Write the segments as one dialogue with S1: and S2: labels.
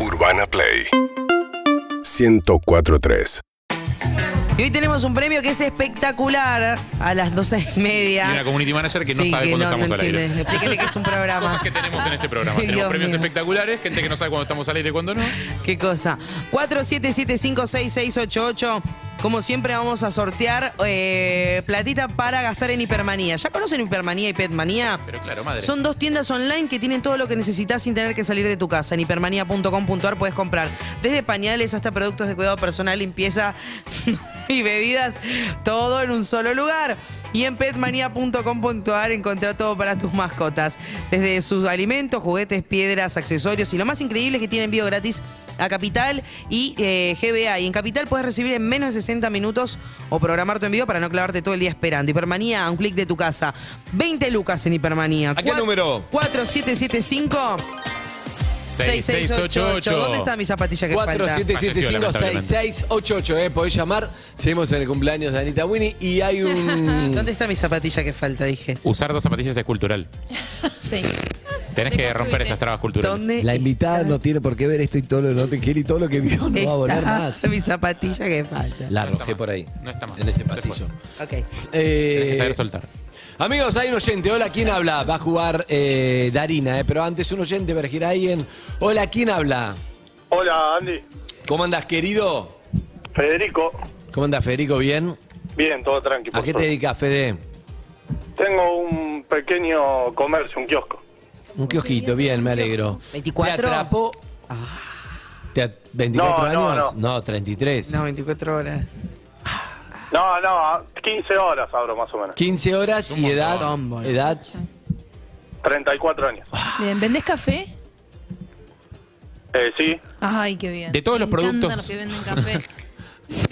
S1: Urbana Play 1043.
S2: Y hoy tenemos un premio que es espectacular a las 12 y media.
S3: Tiene la community manager que no
S2: Sí,
S3: sabe
S2: que
S3: cuándo
S2: no- no
S3: estamos al aire.
S2: entiende. Explíquele que es un programa.
S3: Cosas que tenemos en este programa.
S2: Ay,
S3: tenemos
S2: Dios
S3: premios
S2: mío.
S3: espectaculares, gente que no sabe cuándo estamos al aire y cuándo no.
S2: Qué cosa. 47756688. Como siempre vamos a sortear eh, platita para gastar en hipermanía. ¿Ya conocen hipermanía y petmanía?
S3: Pero claro, madre.
S2: Son dos tiendas online que tienen todo lo que necesitas sin tener que salir de tu casa. En hipermanía.com.ar puedes comprar desde pañales hasta productos de cuidado personal, limpieza y bebidas, todo en un solo lugar. Y en petmanía.com.ar encontrá todo para tus mascotas, desde sus alimentos, juguetes, piedras, accesorios y lo más increíble es que tienen envío gratis a Capital y eh, GBA. Y en Capital puedes recibir en menos de 60 minutos o programar tu envío para no clavarte todo el día esperando. Hipermanía a un clic de tu casa. 20 lucas en Hipermanía.
S4: ¿A qué número?
S2: 4775 6688. ¿Dónde está mi zapatilla que falta?
S4: 4775-6688, eh, podés llamar. Seguimos en el cumpleaños de Anita Winnie y hay un...
S2: ¿Dónde está mi zapatilla que falta? Dije.
S3: Usar dos zapatillas es cultural.
S5: Sí.
S3: Tenés que romper esas trabas culturales.
S2: ¿Dónde
S4: La invitada no tiene por qué ver esto y todo lo que quiere y todo lo que vio no va a volar
S2: está
S4: más.
S2: mi zapatilla que falta?
S4: La
S3: No está
S4: arrojé
S3: más.
S4: por ahí.
S3: No está más.
S4: En ese
S3: Se fue.
S4: pasillo.
S2: Ok.
S3: Tenés que
S4: Eh,
S3: saber soltar.
S4: amigos, hay un oyente. Hola, ¿quién habla? Va a jugar eh, Darina, eh, pero antes un oyente para girar ahí en... Hola, ¿quién habla?
S6: Hola, Andy.
S4: ¿Cómo andas, querido?
S6: Federico.
S4: ¿Cómo andas, Federico? ¿Bien?
S6: Bien, todo tranqui.
S4: ¿A
S6: por
S4: qué te
S6: suerte.
S4: dedicas, Fede?
S6: Tengo un pequeño comercio, un kiosco.
S4: Un kiosquito, bien, me alegro.
S2: 24.
S4: ¿Te atrapó?
S2: Ah.
S4: ¿Te at- ¿24
S6: No, no,
S4: años? No, 33.
S2: No, 24 horas.
S6: No, no, a 15 horas abro más o menos.
S4: 15 horas y edad.
S2: montón, boludo.
S4: edad
S6: 34 años.
S5: Bien, ¿vendés café?
S6: Eh, sí,
S5: Ay, qué bien.
S3: De todos
S5: Me
S3: los productos.
S5: encantan los que venden café.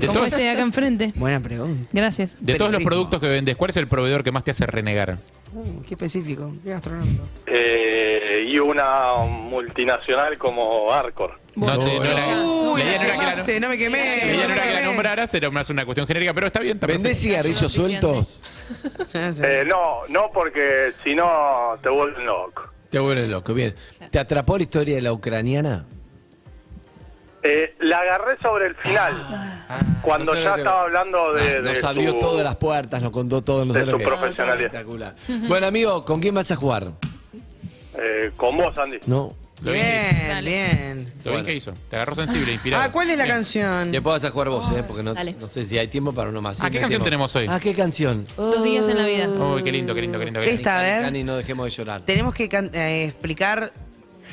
S3: De
S5: Como
S3: todos,
S5: este de acá enfrente.
S2: Buena pregunta.
S5: Gracias.
S3: de todos los
S2: periodismo.
S3: productos que vendes, ¿cuál es el proveedor que más te hace renegar?
S2: Uh, qué específico. Qué gastronómico.
S6: eh, y una multinacional como Arcor.
S3: No te-
S2: Uy,
S3: no era-
S4: no.
S3: la idea
S2: no,
S3: no era que la-
S2: quemaste, no me quemé.
S3: la idea no
S2: no
S3: era que
S2: me
S3: la
S2: quemé.
S3: nombraras, era más una cuestión genérica, pero está bien. está
S4: ¿Vendés
S3: perfecto.
S4: cigarrillos
S5: suficiente.
S4: sueltos?
S2: Ya sé.
S6: Eh, no, no porque si no te vuelven loco.
S4: Te vuelve loco, bien. ¿Te atrapó la historia de la ucraniana?
S6: Eh, la agarré sobre el final, cuando
S4: No sé
S6: ya
S4: lo que-
S6: estaba hablando de...
S4: Ah,
S6: de
S4: nos abrió
S6: su-
S4: todas las puertas, nos contó todo, no
S6: de
S4: sé lo
S6: su
S4: que
S6: profesionalidad.
S4: Espectacular. Bueno, amigo, ¿con quién vas a jugar?
S6: eh, con vos, Andy.
S4: No.
S3: Lo bien, que-
S2: Bien, bien.
S3: lo bien que hizo. Te agarró sensible, inspirado.
S2: Ah, ¿cuál es la
S3: Bien.
S2: canción?
S4: Después vas a jugar vos, ¿eh? Porque no,
S7: Dale.
S4: no sé si hay tiempo para uno más.
S3: Ah, ¿qué
S4: Siempre
S3: canción
S4: tenemos-
S3: tenemos hoy?
S4: Ah, ¿qué canción?
S5: Dos días en la vida.
S3: Uy, qué lindo, qué lindo, qué lindo. qué lindo.
S2: Esta, a ver.
S4: Cani, no dejemos de llorar.
S2: Tenemos que can- eh, explicar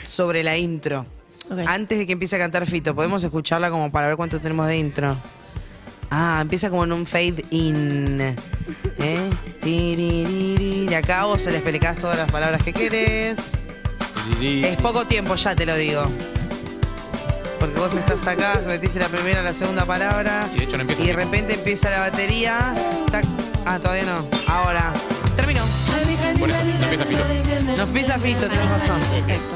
S2: sobre la intro.
S7: Ok.
S2: Antes de que empiece a cantar Fito, podemos escucharla como para ver cuánto tenemos de intro. Ah, empieza como en un fade in. ¿Eh? Tiririri. De acá vos le explicás todas las palabras que querés. Es poco tiempo, ya te lo digo. Porque vos estás acá, metiste la primera, la segunda palabra.
S3: Y de hecho no empieza
S2: Y de
S3: el ritmo.
S2: repente empieza la batería. Tac. Ah, todavía no. Ahora. Terminó.
S3: Por eso, no empieza Fito.
S2: Nos pisa Fito, tenés razón.
S5: Perfecto.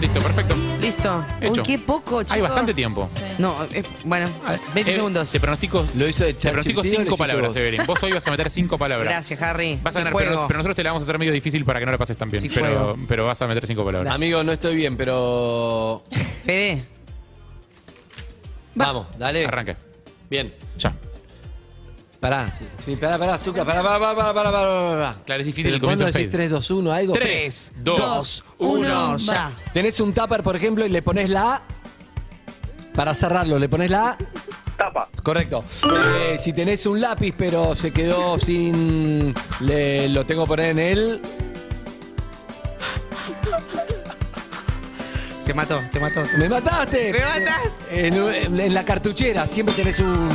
S3: Listo, perfecto.
S2: Listo. Uy,
S3: Hecho.
S2: qué poco, chicos.
S3: Hay bastante tiempo.
S2: No, eh, bueno,
S3: Ah,
S2: 20
S3: eh,
S2: segundos.
S3: Te pronostico,
S4: Lo hizo de
S3: te pronostico
S4: ChatGPT o lo
S3: cinco
S4: hiciste
S3: palabras, eh,
S4: vos?
S3: Severin. Vos hoy vas a meter cinco palabras.
S2: Gracias, Harry.
S3: Vas a
S2: Sí
S3: ganar,
S2: juego.
S3: pero, pero nosotros te la vamos a hacer medio difícil para que no la pases tan bien.
S2: Sí
S3: pero,
S2: juego.
S3: pero vas a meter cinco palabras.
S4: Amigo, no estoy bien, pero.
S2: Fede,
S4: Vamos, dale.
S3: Arranca.
S4: Bien.
S3: Ya.
S4: Pará. Sí, sí, pará, pará, Azúcar. Pará, pará, pará, pará, pará, pará, pará.
S3: Claro, es difícil el
S4: ¿Pero
S3: comienzo
S4: cuándo
S3: del
S4: decís
S3: fade.
S4: 3, 2, 1, algo?
S3: Tres, dos,
S5: uno, ya.
S4: Tenés un tupper, por ejemplo, y le pones la A. Para cerrarlo, le pones la A.
S6: Tapa.
S4: Correcto. Eh, si tenés un lápiz, pero se quedó sin. le- lo tengo que poner en el.
S2: te mató, te mató.
S4: ¡Me mataste!
S2: ¡Me mataste!
S4: En, un- en la cartuchera siempre tenés un.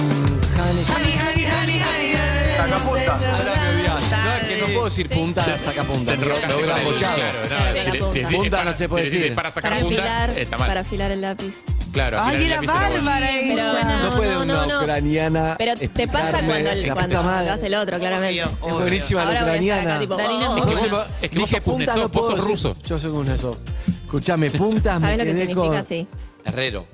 S6: Sacapuntas.
S4: Ahora me olvidás. No, es que no puedo decir punta, saca punta. Lo
S3: Arrancaste
S4: hubiera
S3: con el-
S4: embochado.
S3: claro, no,
S7: Sí,
S3: si le-
S7: la
S3: si le- si
S4: punta.
S3: le-
S4: Punta no se
S3: si le-
S4: puede
S3: si le-
S4: decir.
S3: Para sacar
S7: Para
S3: punta,
S7: afilar,
S3: está mal.
S7: para afilar el lápiz.
S3: Claro, afilar
S2: Ay,
S3: el
S2: era
S3: lápiz está bueno.
S2: bárbara
S7: Pero
S2: ella.
S4: No puede una ucraniana
S7: Pero te pasa
S4: explicarme
S7: cuando, el-
S4: la
S7: cuando
S4: puta madre.
S7: lo hace el otro, claramente.
S2: Obvio,
S4: Es
S2: obvio.
S4: buenísima la
S7: Ahora voy a estar
S4: ucraniana.
S7: acá, tipo,
S5: Daniela,
S7: oh,
S3: Es
S7: oh,
S3: que vos
S7: oh.
S3: sos- es que vos
S4: Dije
S3: sos
S4: punta,
S3: Kuznetsov,
S4: no
S3: vos
S4: puedo
S3: sos
S4: decir-
S3: ruso.
S4: Yo soy Kuznetsov. Escuchame, puntas me
S7: ¿Sabés lo que
S4: quedé
S7: significa?
S4: con-
S7: Sí.
S4: Herrero.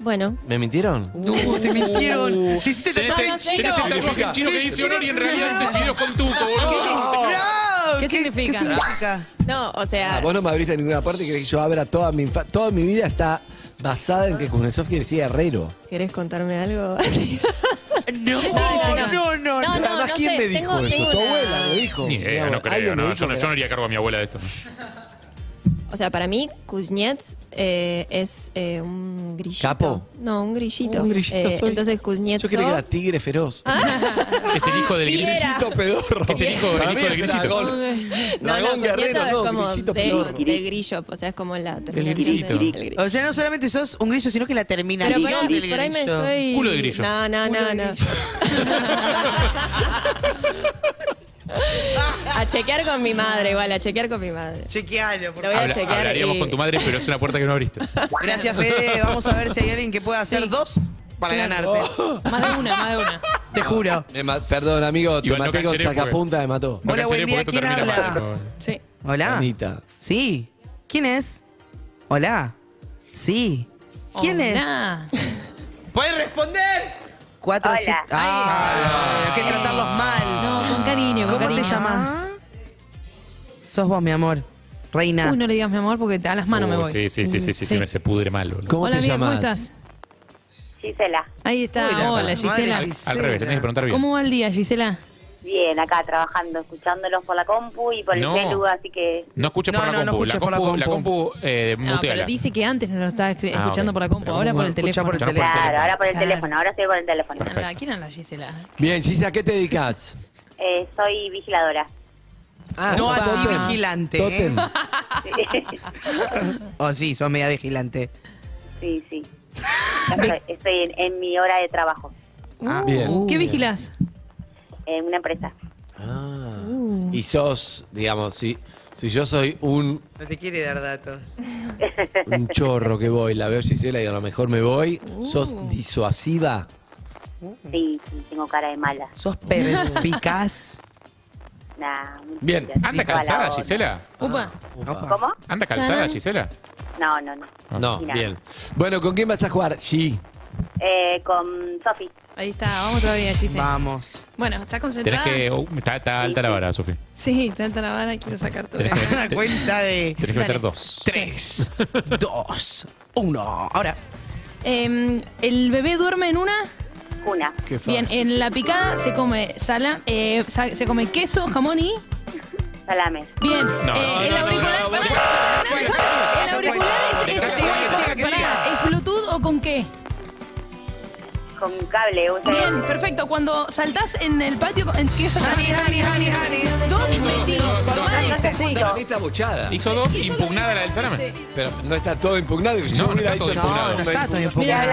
S7: Bueno.
S4: ¿Me mintieron?
S2: No, te mintieron. Te hiciste
S3: Tenés
S2: total
S3: el, tenés el
S2: vacío.
S3: tatuaje en chino que dice honor y en realidad dice fideos con tuco,
S2: No.
S3: boludo.
S2: Wow.
S5: ¿Qué significa?
S2: ¿Qué significa?
S7: No, o sea.
S4: Ah, vos no me abriste ninguna parte y querés que yo abra toda mi infa- Toda mi vida está basada en que Kuznetsov quiere decir herrero.
S7: ¿Querés contarme algo?
S2: No,
S7: significa?
S2: no, no,
S7: No,
S2: no.
S7: no,
S4: Además, ¿quién
S7: sé,
S4: me dijo
S7: tengo-
S4: eso?
S7: tengo
S4: ¿Tu
S7: una-
S4: abuela me dijo?
S3: Ni idea, no
S4: Alguien
S3: creo.
S4: me
S3: No,
S4: dijo
S3: yo, no,
S4: que
S3: yo no
S4: era-
S3: haría cargo a mi abuela de esto.
S7: O sea, para mí, Kuznets eh, es eh, un grillito.
S4: ¿Capo?
S7: No, un grillito.
S4: Un grillito
S7: Eh,
S4: soy.
S7: Entonces, Ah, Kuznets.
S4: Yo creí que era tigre feroz.
S3: Es el hijo del
S7: Fiera.
S3: gris.
S4: Grillito pedorro.
S3: Es el hijo- el
S4: Para
S3: hijo
S4: mí
S3: del
S4: es
S3: grillito.
S4: Dragón,
S7: No,
S4: dragón
S7: no,
S4: guerrero,
S7: Kuznetsov es
S4: no,
S7: como
S4: grillito pedorro.
S7: de, de grillo. O sea, es como la terminación
S3: grillito.
S7: del- del grillo.
S2: O sea, no solamente sos un grillo, sino que la
S7: Pero
S2: terminación
S7: por ahí,
S2: del
S7: por ahí me
S2: grillo.
S7: estoy.
S3: Culo de grillo.
S7: No, no, no, no. a chequear con mi madre, igual, a chequear con mi madre.
S2: Chequealo, por
S7: Lo voy a
S3: Habla-
S7: chequear.
S3: hablaríamos
S7: y-
S3: con tu madre, pero es una puerta que no abriste.
S2: favor. Gracias, Fede. Vamos a ver si hay alguien que pueda hacer
S5: Sí.
S2: dos para ganarte.
S7: Oh.
S5: Más de una, más de una.
S2: Te juro.
S4: Me ma- Perdón, amigo, te
S3: Igual no
S4: maté con
S3: cancheré porque-
S4: sacapunta, me mató.
S3: No
S2: Hola, buen
S3: cancheré
S2: día,
S3: porque esto
S2: ¿quién
S3: termina
S2: habla?
S3: mal, por favor.
S5: Sí.
S2: Hola.
S4: Anita.
S2: Sí. ¿Quién es? Hola. Sí. ¿Quién
S5: Oh,
S2: es?
S5: Hola.
S2: ¡Puedes responder! Cuatro, siete. Ah, hay que tratarlos mal.
S5: No, con cariño, con
S2: ¿Cómo
S5: cariño.
S2: te llamas? Sos vos, mi amor. Reina.
S5: Uy, no le digas mi amor porque te- a las manos me
S3: Uh,
S5: voy.
S3: Sí, sí, sí, sí, sí, sí,
S5: Sí.
S3: me se pudre mal. boludo.
S4: ¿Cómo
S5: Hola,
S4: te
S5: amiga, ¿cómo
S4: llamas?
S5: estás?
S1: Gisela.
S5: Ahí está.
S2: Uy, la
S5: Hola,
S2: madre
S5: Gisela.
S2: Gisela.
S3: Al revés, le tenés que preguntar bien.
S5: ¿Cómo va el día, Gisela?
S1: Bien, acá trabajando, escuchándolos por la compu y por
S3: No.
S1: el celu, así que
S3: No escuches
S2: No,
S3: por la
S2: no, no
S3: compu. La
S2: escuches por la
S3: compu, la
S2: compu.
S3: compu, eh,
S5: No, pero
S3: muteala.
S5: dice que antes nos lo estaba escri-
S3: Ah,
S5: escuchando
S3: ok.
S5: por la compu,
S3: Pero
S5: ahora por el
S2: escucha
S5: teléfono.
S2: por el
S3: Escuchá
S1: claro,
S3: teléfono.
S1: ahora por el
S5: Claro.
S1: teléfono, ahora estoy por el teléfono.
S5: ¿Quién habla? ¿Quién habla, Gisela?
S4: Bien, Gise, ¿a qué te dedicas?
S1: Eh, soy vigiladora.
S4: Ah,
S2: No
S4: sos
S2: así
S4: tótem.
S2: vigilante,
S4: Tótem.
S2: Oh, sí, sos media vigilante.
S1: Sí, sí. Estoy, estoy en, en mi hora de trabajo,
S2: Ah,
S4: Bien.
S5: ¿Qué vigilás?
S1: en una empresa.
S4: Ah. Y sos, digamos, si, si yo soy un,
S2: No te quiere dar datos.
S4: un chorro que voy, la veo Gisela y a lo mejor me voy,
S7: Uh.
S4: sos disuasiva.
S1: Sí, sí, tengo cara de mala.
S2: Sos perspicaz.
S1: Nah, muy
S4: Bien.
S1: chiquita,
S3: ¿Anda
S1: chico a la
S3: calzada,
S1: hora.
S3: Gisela?
S5: Upa.
S1: ¿Cómo?
S3: ¿Anda calzada,
S7: Sana.
S3: Gisela?
S1: No, no, no.
S4: No,
S1: Mira.
S4: bien. Bueno, ¿con quién vas a jugar? Sí.
S1: Eh, con Sofi.
S5: Ahí está, vamos todavía, Gisela.
S2: Vamos.
S5: Bueno, ¿estás
S3: Tenés
S5: concentrada?
S3: que. uh, está, está alta la vara, Sofi.
S5: Sí, tanta la vara, quiero sacar todo.
S3: Tenés que
S2: Una
S3: meter,
S2: cuenta de
S3: tenés que meter
S5: Dale.
S3: dos.
S2: tres, dos, uno. Ahora.
S5: Eh, ¿El bebé duerme en una?
S1: Cuna.
S4: Qué fácil.
S5: Bien, en la picada se come sala, eh, sa- se come queso, jamón y...
S1: Salame.
S5: Bien,
S3: No,
S5: eh,
S3: no,
S5: el
S3: no,
S5: auricular...
S3: no, no,
S5: pará,
S3: no,
S5: pará,
S2: no,
S5: pará,
S2: no,
S5: ¿El
S2: no,
S5: auricular
S2: no,
S5: es...
S2: no,
S5: es-
S2: que siga, que siga, que
S5: pará,
S2: siga.
S5: ¿Es Bluetooth o con qué?
S1: Con cable. usé-
S5: Bien, perfecto. Cuando saltás en el patio, ¿en qué saltás?
S2: Honey, honey, honey, honey.
S5: Dos vecinos. Tomá esta, sí.
S4: Para mí está bochada.
S3: Hizo dos,
S5: Eso
S3: impugnada la del salame.
S4: Pero no está todo impugnado. Si
S3: No,
S4: yo
S3: no
S4: hubiera
S3: está todo
S4: dicho
S3: impugnado.
S2: No, no está tan
S5: Mira,
S1: Las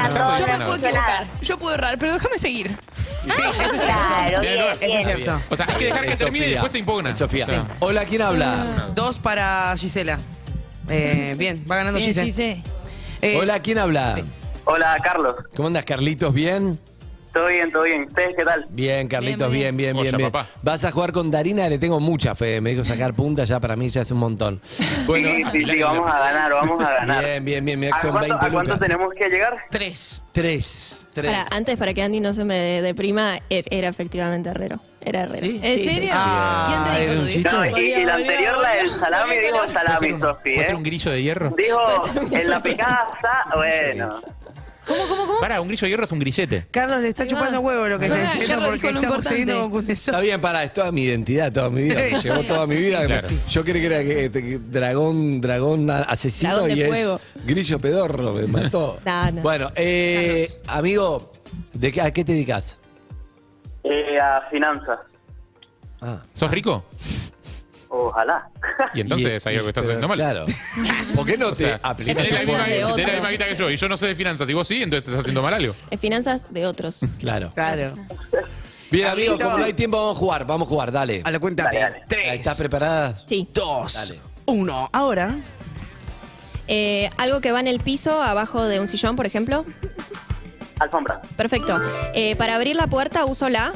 S2: impugnado.
S3: no,
S1: dos
S5: yo me
S1: no
S5: puedo
S1: hice nada.
S5: equivocar, yo puedo errar, pero déjame seguir.
S2: Sí, eso es
S1: Claro,
S2: cierto.
S3: Tiene
S1: bien,
S3: nueve.
S2: Eso es
S1: bien.
S2: cierto.
S3: O sea, hay que dejar que
S4: Es
S3: termine y
S4: Sofía.
S3: después se impugna. Ah.
S4: Es Sofía.
S3: O sea,
S4: Hola, ¿quién habla?
S2: Dos para Gisela. Eh, bien, va ganando
S5: Bien,
S2: Gisela. Eh,
S5: Gise.
S3: Eh.
S4: Hola, ¿quién habla?
S6: Hola, Carlos.
S4: ¿Cómo andas, Carlitos? ¿Bien?
S6: Todo bien, todo bien. ¿Ustedes qué tal?
S4: Bien, Carlitos, bien, bien,
S5: Bien,
S4: bien.
S3: Joya,
S4: bien.
S3: papá.
S4: Vas a jugar con Darina, le tengo mucha fe. Me dijo sacar punta, ya para mí ya es un montón. Bueno,
S6: sí, sí, sí, vamos a ganar, vamos a ganar.
S4: bien, bien, bien, mira,
S6: ¿A
S4: son
S6: cuánto,
S4: 20
S6: a cuánto
S4: lucas.
S6: tenemos que llegar?
S2: Tres.
S4: Tres, tres.
S5: ah,
S7: Pará, antes, para que Andy no se me de- deprima, er- era efectivamente herrero. Era herrero.
S4: ¿Sí?
S5: ¿En serio? ¿Quién
S4: Ah,
S5: te
S4: era
S5: dijo
S4: un
S5: tu
S4: chiste.
S5: viejo?
S6: No, y,
S7: Volvió,
S6: y la
S7: volvió,
S6: anterior, la del
S7: volvió.
S6: salami,
S7: Volvió,
S6: dijo
S7: volvió.
S3: ¿Puede ser
S6: salami,
S3: un-
S6: Sofi,
S3: ¿Puede ser
S6: ¿eh?
S3: un grillo de hierro?
S6: Dijo, en la picada, sa- bueno.
S3: Para, un grillo de hierro es un grillete.
S2: Carlos le está chupando huevo lo que está
S5: Pará,
S2: diciendo
S5: Carlos
S2: porque
S5: dijo lo
S2: estamos siguiendo con
S5: importante.
S2: Cundeso.
S4: Está bien, para, es toda mi identidad, toda mi vida.
S2: Sí.
S4: Llegó toda mi vida.
S3: sí, sí.
S4: Yo creí que era que- este, que- que dragón, dragón a- asesino
S7: Dragón de
S4: y es
S7: fuego.
S4: grillo pedorro, me mató.
S7: No, no.
S4: Bueno, eh, amigo, ¿de qué, ¿a qué te dedicas?
S6: Eh, a finanzas.
S4: Ah.
S3: ¿Sos rico?
S6: Ojalá.
S3: Y entonces hay algo que estás haciendo
S4: pero,
S3: mal.
S4: Claro. ¿Por qué no
S3: Este, O sea,
S4: te
S3: si
S4: aplicas?
S3: tenés la misma,
S7: finanzas de
S3: si tenés la misma
S7: otros.
S3: guita que yo y yo no sé de finanzas y vos sí, entonces te estás haciendo mal algo.
S7: Es Eh, finanzas de otros.
S4: Claro.
S2: Claro.
S4: Bien, amigo,
S2: Amiguito.
S4: como no hay tiempo, vamos a jugar. Vamos a jugar, dale.
S2: A la cuenta
S6: Dale,
S2: de
S6: dale.
S2: tres,
S4: ¿Estás preparada?
S7: Sí.
S2: dos,
S4: Dale.
S2: uno.
S5: Ah,
S2: Ahora.
S7: Eh, algo que va en el piso, abajo de un sillón, por ejemplo.
S6: Alfombra,
S7: Perfecto. Eh, para abrir la puerta uso la.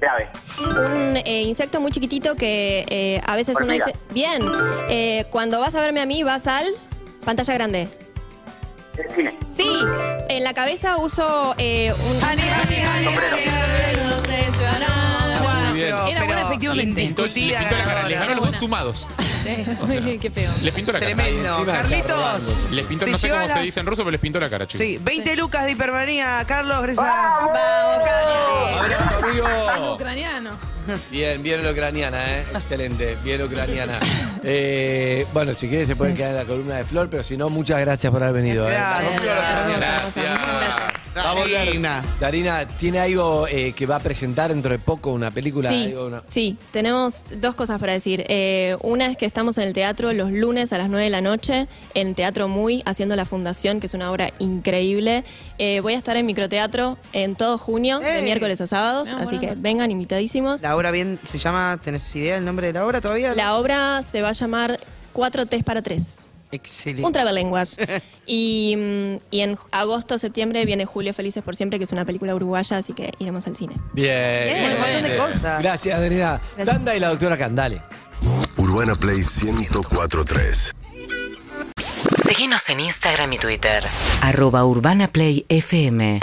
S6: llave,
S7: Un eh, insecto muy chiquitito que eh, a veces uno
S6: Hormiga.
S7: dice. Bien, eh, cuando vas a verme a mí vas al. Pantalla grande.
S6: el cine,
S7: Sí, en la cabeza uso eh, un.
S2: Ani, ani, ani, ani, ani.
S7: No sé llorar.
S4: Muy
S3: Bien.
S2: pero,
S5: Era buena
S2: pero
S5: efectivamente.
S3: Pintó- le
S2: indiscutida
S3: pintó la cara, les
S2: ganadora.
S3: ganó los dos sumados.
S5: Sí, Qué feo.
S3: Les pintó la cara.
S2: Tremendo.
S4: Encima
S2: Carlitos.
S4: cargando.
S3: Les pintó,
S2: te
S3: no sé
S2: lleva
S3: cómo
S2: la-
S3: se dice en ruso, pero les pintó la cara, chicos.
S2: Sí, 20 lucas de hipermanía, Carlos, gracias. a-
S7: Vamos, Carlos.
S4: Abrazo,
S5: Tango
S4: amigo.
S5: ucraniano.
S4: Bien, bien la ucraniana, ¿eh? Excelente, bien la ucraniana. Eh, bueno, si quieres se pueden quedar en la columna de Flor, pero si no, muchas gracias por haber venido. ¿eh?
S2: Gracias.
S4: La rompió la ucraniana.
S7: Hermosa, hermosa. Muchas gracias.
S4: Va a volver.
S2: Darina.
S4: Darina, ¿tiene algo eh, que va a presentar dentro de poco? ¿Una película?
S7: Sí,
S4: algo, una-
S7: sí, tenemos dos cosas para decir. Eh, una es que estamos en el teatro los lunes a las 9 de la noche, en Teatro Muy, haciendo La Fundación, que es una obra increíble. Eh, voy a estar en microteatro en todo junio, de
S2: ¡Ey!
S7: miércoles a sábados,
S5: No,
S7: así
S5: bueno.
S7: que vengan invitadísimos. La,
S2: La obra bien se llama, ¿tenés idea el nombre de la obra todavía?
S7: obra se va a llamar Cuatro Test para Tres.
S2: Excelente.
S7: Un trabalenguas. Y, mm, y en agosto, septiembre viene Julio Felices por Siempre, que es una película uruguaya, así que iremos al cine.
S4: Bien.
S2: Bien, un montón de cosas.
S4: Gracias, Darina.
S7: Gracias.
S4: Tanda y la doctora Candale.
S8: Urbana Play 1043.
S9: Seguinos en Instagram y Twitter. Arroba Urbana Play FM